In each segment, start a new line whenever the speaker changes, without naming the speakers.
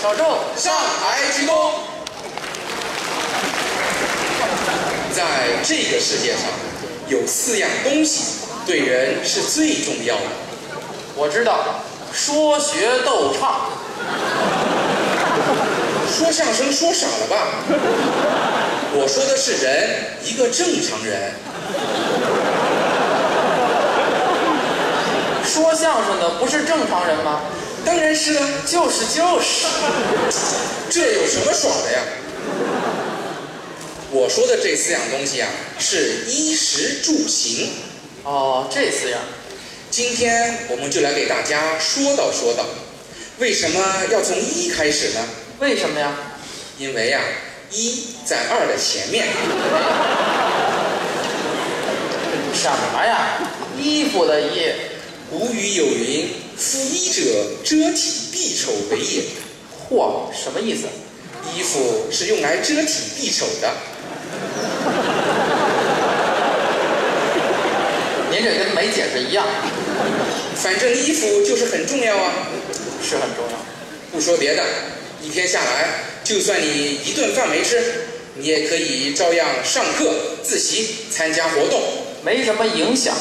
上台鞠躬。在这个世界上，有四样东西对人是最重要的。
我知道，说学逗唱，
说相声说傻了吧？我说的是人，一个正常人。
说相声的不是正常人吗？
当然是了，
就是就是，
这有什么爽的呀？我说的这四样东西啊，是衣食住行。
哦，这四样，
今天我们就来给大家说道说道，为什么要从一开始呢？
为什么呀？
因为呀、一在二的前面。
什么呀？衣服的衣，
古语有云：“夫衣者，遮体避丑为也。
嚯，什么意思？”
衣服是用来遮体避丑的。
您这跟没解释一样，
反正衣服就是很重要啊。
是很重要。
不说别的，一天下来，就算你一顿饭没吃，你也可以照样上课、自习、参加活动。
没什么影响，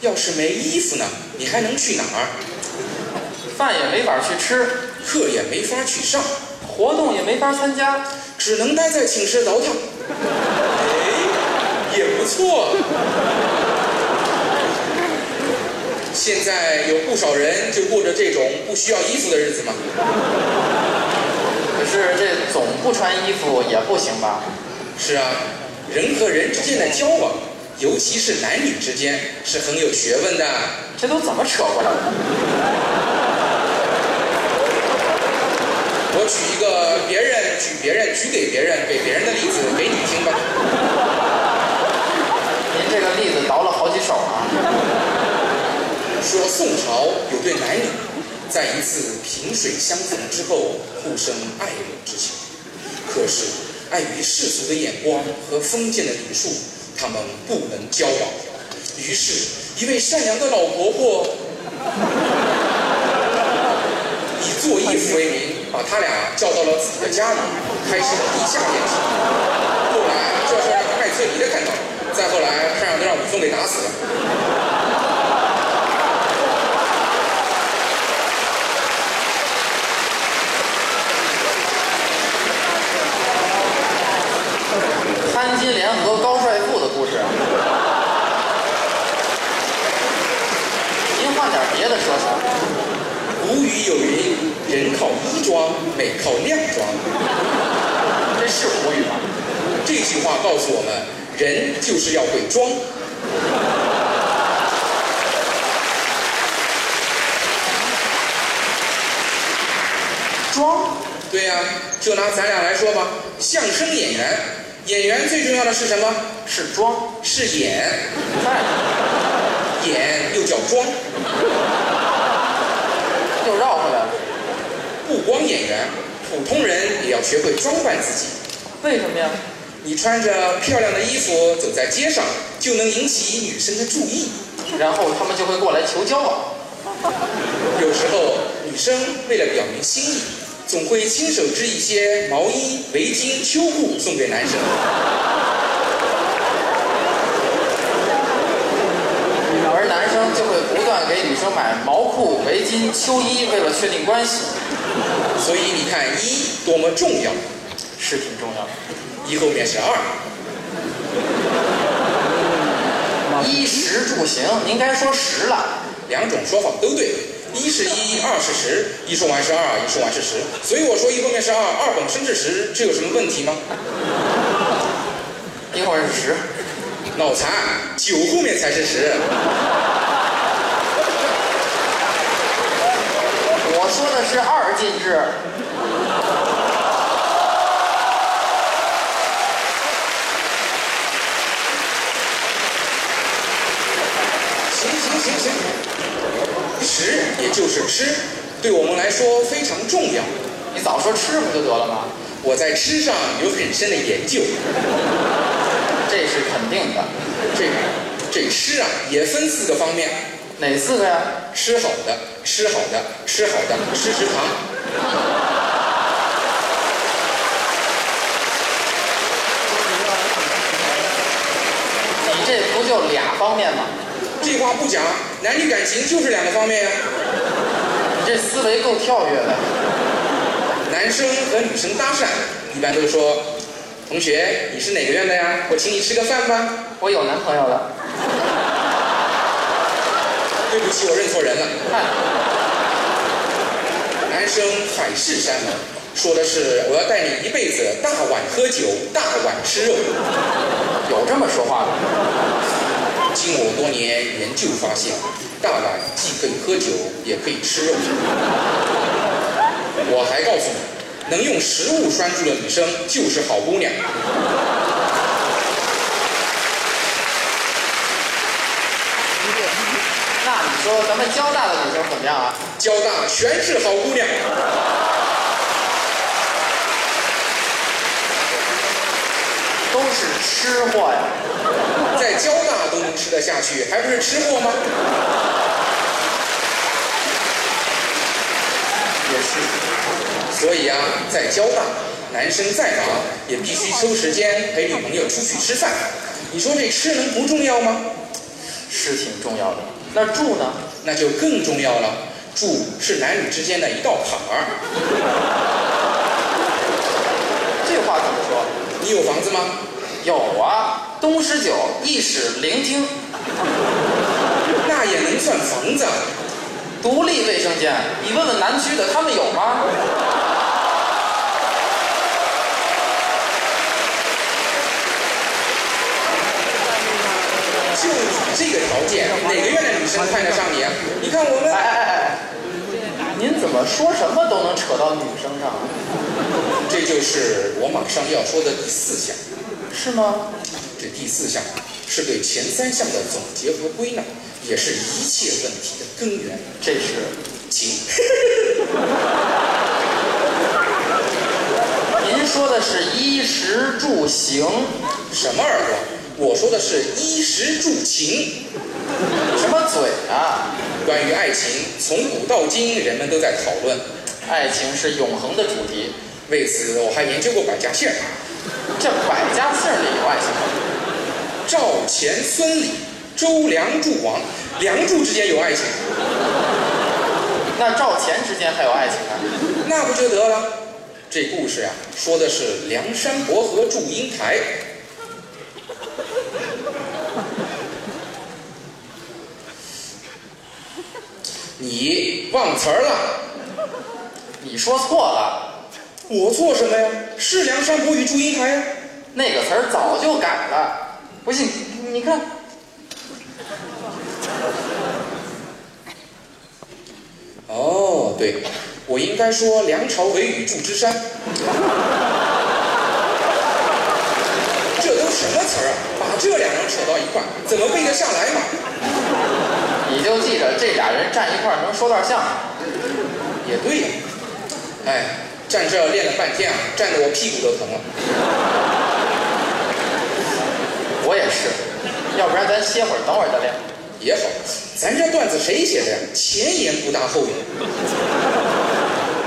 要是没衣服呢，你还能去哪儿？
饭也没法去吃，
课也没法去上，
活动也没法参加。
只能待在寝室倒腾。哎，也不错。现在有不少人就过着这种不需要衣服的日子嘛。
可是这总不穿衣服也不行吧？
是啊，人和人之间的交往，尤其是男女之间，是很有学问的。
这都怎么扯过来的？
我举一个别人举别人举给别人给别人的例子给你听吧。
您这个例子倒了好几手啊！
说宋朝有对男女，在一次萍水相逢之后，互生爱慕之情。可是碍于世俗的眼光和封建的礼数，他们不能交往。于是，一位善良的老婆婆 以做衣服为名，把他俩叫到了自己的家里，开始了地下恋情。后来，这事儿让麦翠妮的看到了，再后来，她让他让武松给打死了。
潘金莲和高帅富的故事。啊您换点别的说说。
古语有云：“人靠衣装，美靠靓装。
这是古语吗？”
这句话告诉我们，人就是要会装。
装？
对呀、就拿咱俩来说吧，相声演员，演员最重要的是什么？
是装。
是演，
在，
演又叫装。
又绕回来了。
不光演员，普通人也要学会装扮自己。
为什么呀？
你穿着漂亮的衣服走在街上，就能引起女生的注意。
然后他们就会过来求交啊往。
有时候，女生为了表明心意，总会亲手织一些毛衣、围巾、秋裤送给男生。
而男生就会不断给女生买毛裤、围巾、秋衣，为了确定关系，
所以你看，一多么重要，
是挺重要的。
一后面是二，
衣食住行，您该说食了。
两种说法都对。一是一，二是十，一说完是二，一说完是十。所以我说一后面是二，二本身是十，这有什么问题吗？
一会儿是食，
脑残，九后面才是十。
我说的是二进制。
行行行行，十也就是吃，对我们来说非常重要。
你早说吃不就得了吗？
我在吃上有很深的研究，
这是肯定的。
这这吃啊也分四个方面，
哪四个呀？
吃好的，吃好的，吃好的，吃食堂。
就俩方面吗？
这话不假，男女感情就是两个方面呀、
你这思维够跳跃的。
男生和女生搭讪，一般都说：“同学，你是哪个院的呀？我请你吃个饭吧。
我有男朋友了，”
对不起，我认错人了。
看，
男生海誓山盟，说的是我要带你一辈子大碗喝酒，大碗吃肉。
有这么说话的？
经我多年研究发现，大碗既可以喝酒，也可以吃肉。我还告诉你，能用食物拴住的女生就是好姑娘。
那你说咱们交大的女生怎么样啊？
交大全是好姑娘。
都是吃货呀。
在交大都能吃得下去，还不是吃货吗？
也是，
所以啊，在交大，男生再忙也必须抽时间陪女朋友出去吃饭。你说这吃能不重要吗？
是挺重要的。那住呢？
那就更重要了。住是男女之间的一道坎儿。
这话怎么说？
你有房子吗？
有啊，东十九一室零厅，
那也能算房子。
独立卫生间。你问问南区的，他们有吗？
就你这个条件，哪个院的女生看得上你啊？你看我
哎
们
哎哎哎，您怎么说什么都能扯到女生上，
这就是我马上要说的第四项。
是吗？
这第四项是对前三项的总结和归纳，也是一切问题的根源。
这是
请
您说的是衣食住行，
什么耳朵？我说的是衣食住行。
什么嘴啊？
关于爱情，从古到今，人们都在讨论。
爱情是永恒的主题，
为此，我还研究过百家姓儿，
这百家姓里有爱情吗？
赵、钱、孙、李、周、梁、祝、王，梁祝之间有爱情，
那赵钱之间还有爱情啊？
那不就得了？这故事啊，说的是梁山伯和祝英台。你忘词儿了？
你说错了，
我错什么呀？是梁山伯与祝英台呀、
那个词儿早就改了。不信你你看，
哦，对，我应该说梁朝伟与祝枝山。这都什么词儿啊？把这两人扯到一块儿，怎么背得下来嘛？
你就记着这俩人站一块儿能说段相声。
也对呀、哎，站这儿练了半天啊，站得我屁股都疼了。
我也是，要不然咱歇会儿，等会儿再练。
也好，咱这段子谁写的呀？前言不搭后语，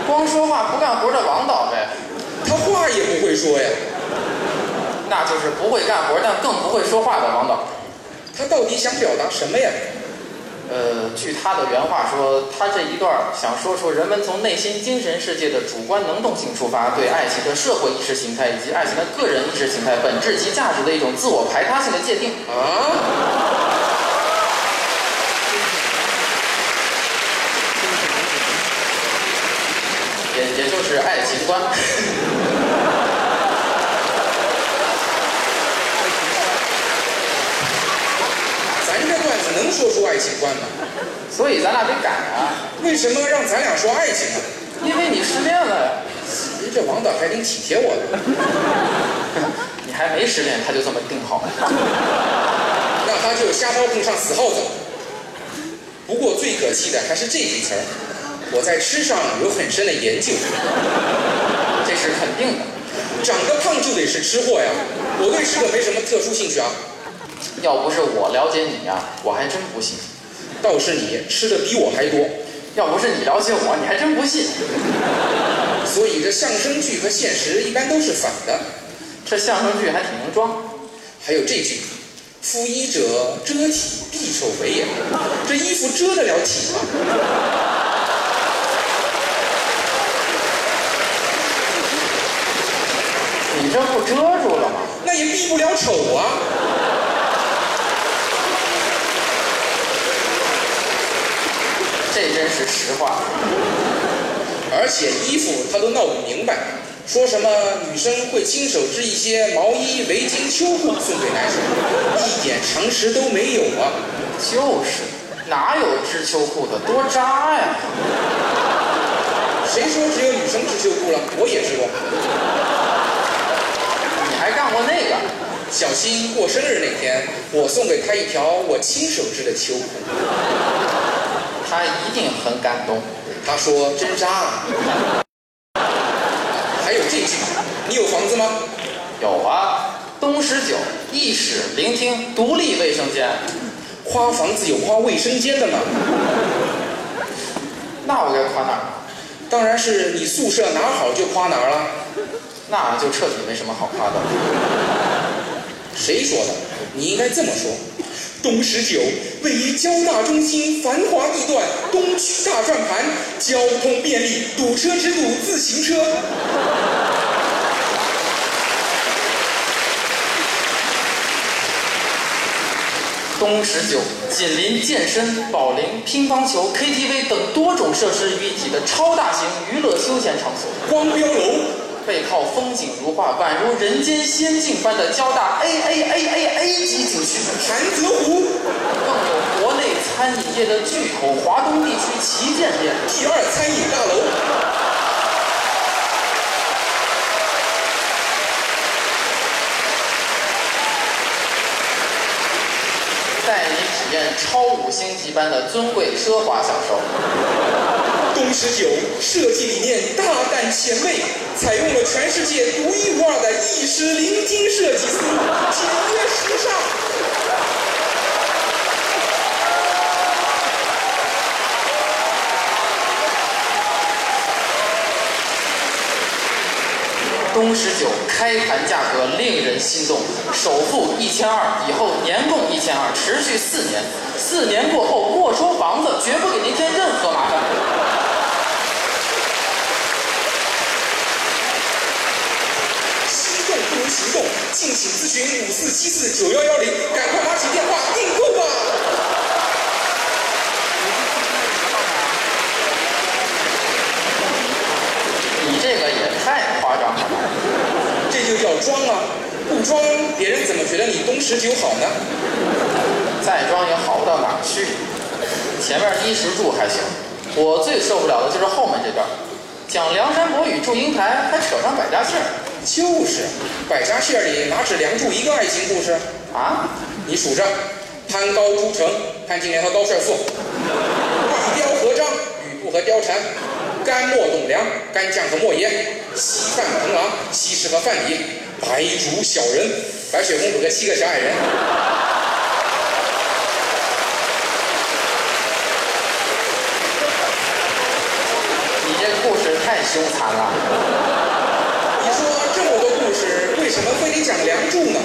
光说话不干活的王导呗，
他话也不会说呀。
那就是不会干活但更不会说话的王导。
他到底想表达什么呀？
呃，据他的原话说，他这一段儿想说出人们从内心精神世界的主观能动性出发，对爱情的社会意识形态以及爱情的个人意识形态本质及价值的一种自我排他性的界定。
啊？
也也就是爱情观。
咱这段子能说出爱情观吗？
所以咱俩得改啊，
为什么让咱俩说爱情啊？
因为你失恋了呀，
您这王导还挺体贴我的，
你还没失恋他就这么定好。
那他就瞎猫碰上死耗子。不过最可气的还是这一词儿，我在吃上有很深的研究，
这是肯定的。
长得胖就得是吃货呀。我对吃的没什么特殊兴趣啊，
要不是我了解你呀、啊我还真不信；
倒是你吃的比我还多，
要不是你了解我，你还真不信。
所以这相声剧和现实一般都是反的。
这相声剧还挺能装。
还有这句，夫衣者，遮体必丑为也。这衣服遮得了体吗？
你这不遮住了吗？
那也避不了丑啊。
这真是实话。
而且衣服他都闹不明白，说什么女生会亲手织一些毛衣、围巾、秋裤送给男生，一点常识都没有啊！
就是，哪有织秋裤的？多扎呀！
谁说只有女生织秋裤了？我也织过。
你还干过那个？
小新过生日那天，我送给他一条我亲手织的秋裤，
他一定很感动。
他说真扎啊。 还有这句，你有房子吗？
有啊，东十九一室聆听独立卫生间。
夸房子有夸卫生间的吗？
那我该夸哪儿？
当然是你宿舍哪儿好就夸哪儿了。
那就彻底没什么好夸的了。
谁说的？你应该这么说：东十九位于交大中心繁华地段东区大转盘，交通便利，堵车只堵自行车。
东十九紧邻健身、保龄、乒乓球、KTV 等多种设施于一体的超大型娱乐休闲场所，
光标楼，
背靠风景如画，宛如人间仙境般的交大 A A A A A 级景区。
潭泽湖，
更有国内餐饮业的巨头华东地区旗舰店，
第二餐饮大楼，
带你体验超五星级般的尊贵奢华享受。
东十九设计理念大胆前卫，采用了全世界独一无二的意式零金设计思路，简约时尚。
东十九开盘价格令人心动，首付一千二，以后年供一千二，持续四年。四年过后，没收房子，绝不给您添任何麻烦。
心动不如行动，敬请咨询五四七四九幺幺零，赶快拿起电话订购吧！
你这个也太夸张了。
这就叫装啊，不装别人怎么觉得你东十九好呢？
再装也好不到哪儿去。前面衣食住还行，我最受不了的就是后面这段，讲梁山伯与祝英台还扯上百家姓儿
就是，百家姓里哪只梁祝一个爱情故事？
啊！
你数着，潘高朱成，潘金莲和高帅富；画雕和张，吕布和貂蝉；甘墨董梁，干将和莫邪；西范彭郎，西施和范蠡；白竹小人，白雪公主和七个小矮人。
你这故事太凶残了。
你说这么多故事，为什么非得讲梁祝呢？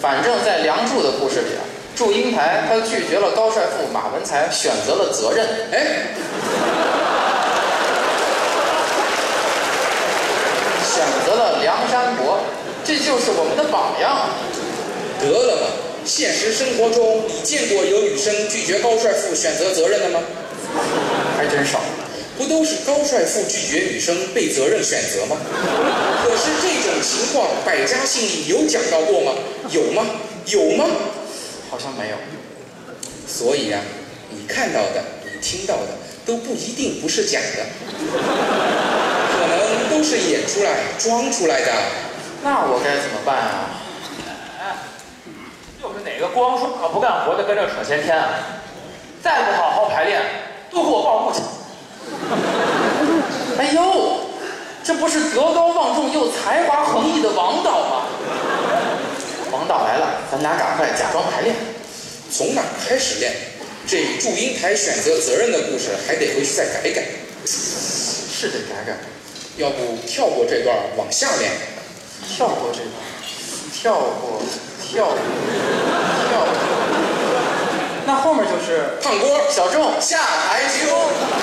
反正，在梁祝的故事里啊，祝英台她拒绝了高帅富马文才，选择了责任。
哎，
选择了梁山伯，这就是我们的榜样啊。
得了吧！现实生活中，你见过有女生拒绝高帅富选择责任的吗？
还真少。
不都是高帅富拒绝女生被责任选择吗？可是这种情况，百家姓里有讲到过吗？有吗？有吗？
好像没有。
所以啊，你看到的，你听到的，都不一定不是假的，可能都是演出来、装出来的。
那我该怎么办啊？
又是哪个光说啊跑不干活的跟这扯闲天啊？再不好好排练，都给我报幕去！
哎呦，这不是德高望重又才华横溢的王导吗？王导来了，咱俩赶快假装排练。
从哪儿开始练？这祝英台选择责任的故事还得回去再改改，
是得改改，
要不跳过这段往下练。
跳过这个，跳过，跳过，跳过。就是
胖郭
小众
下台鞠躬。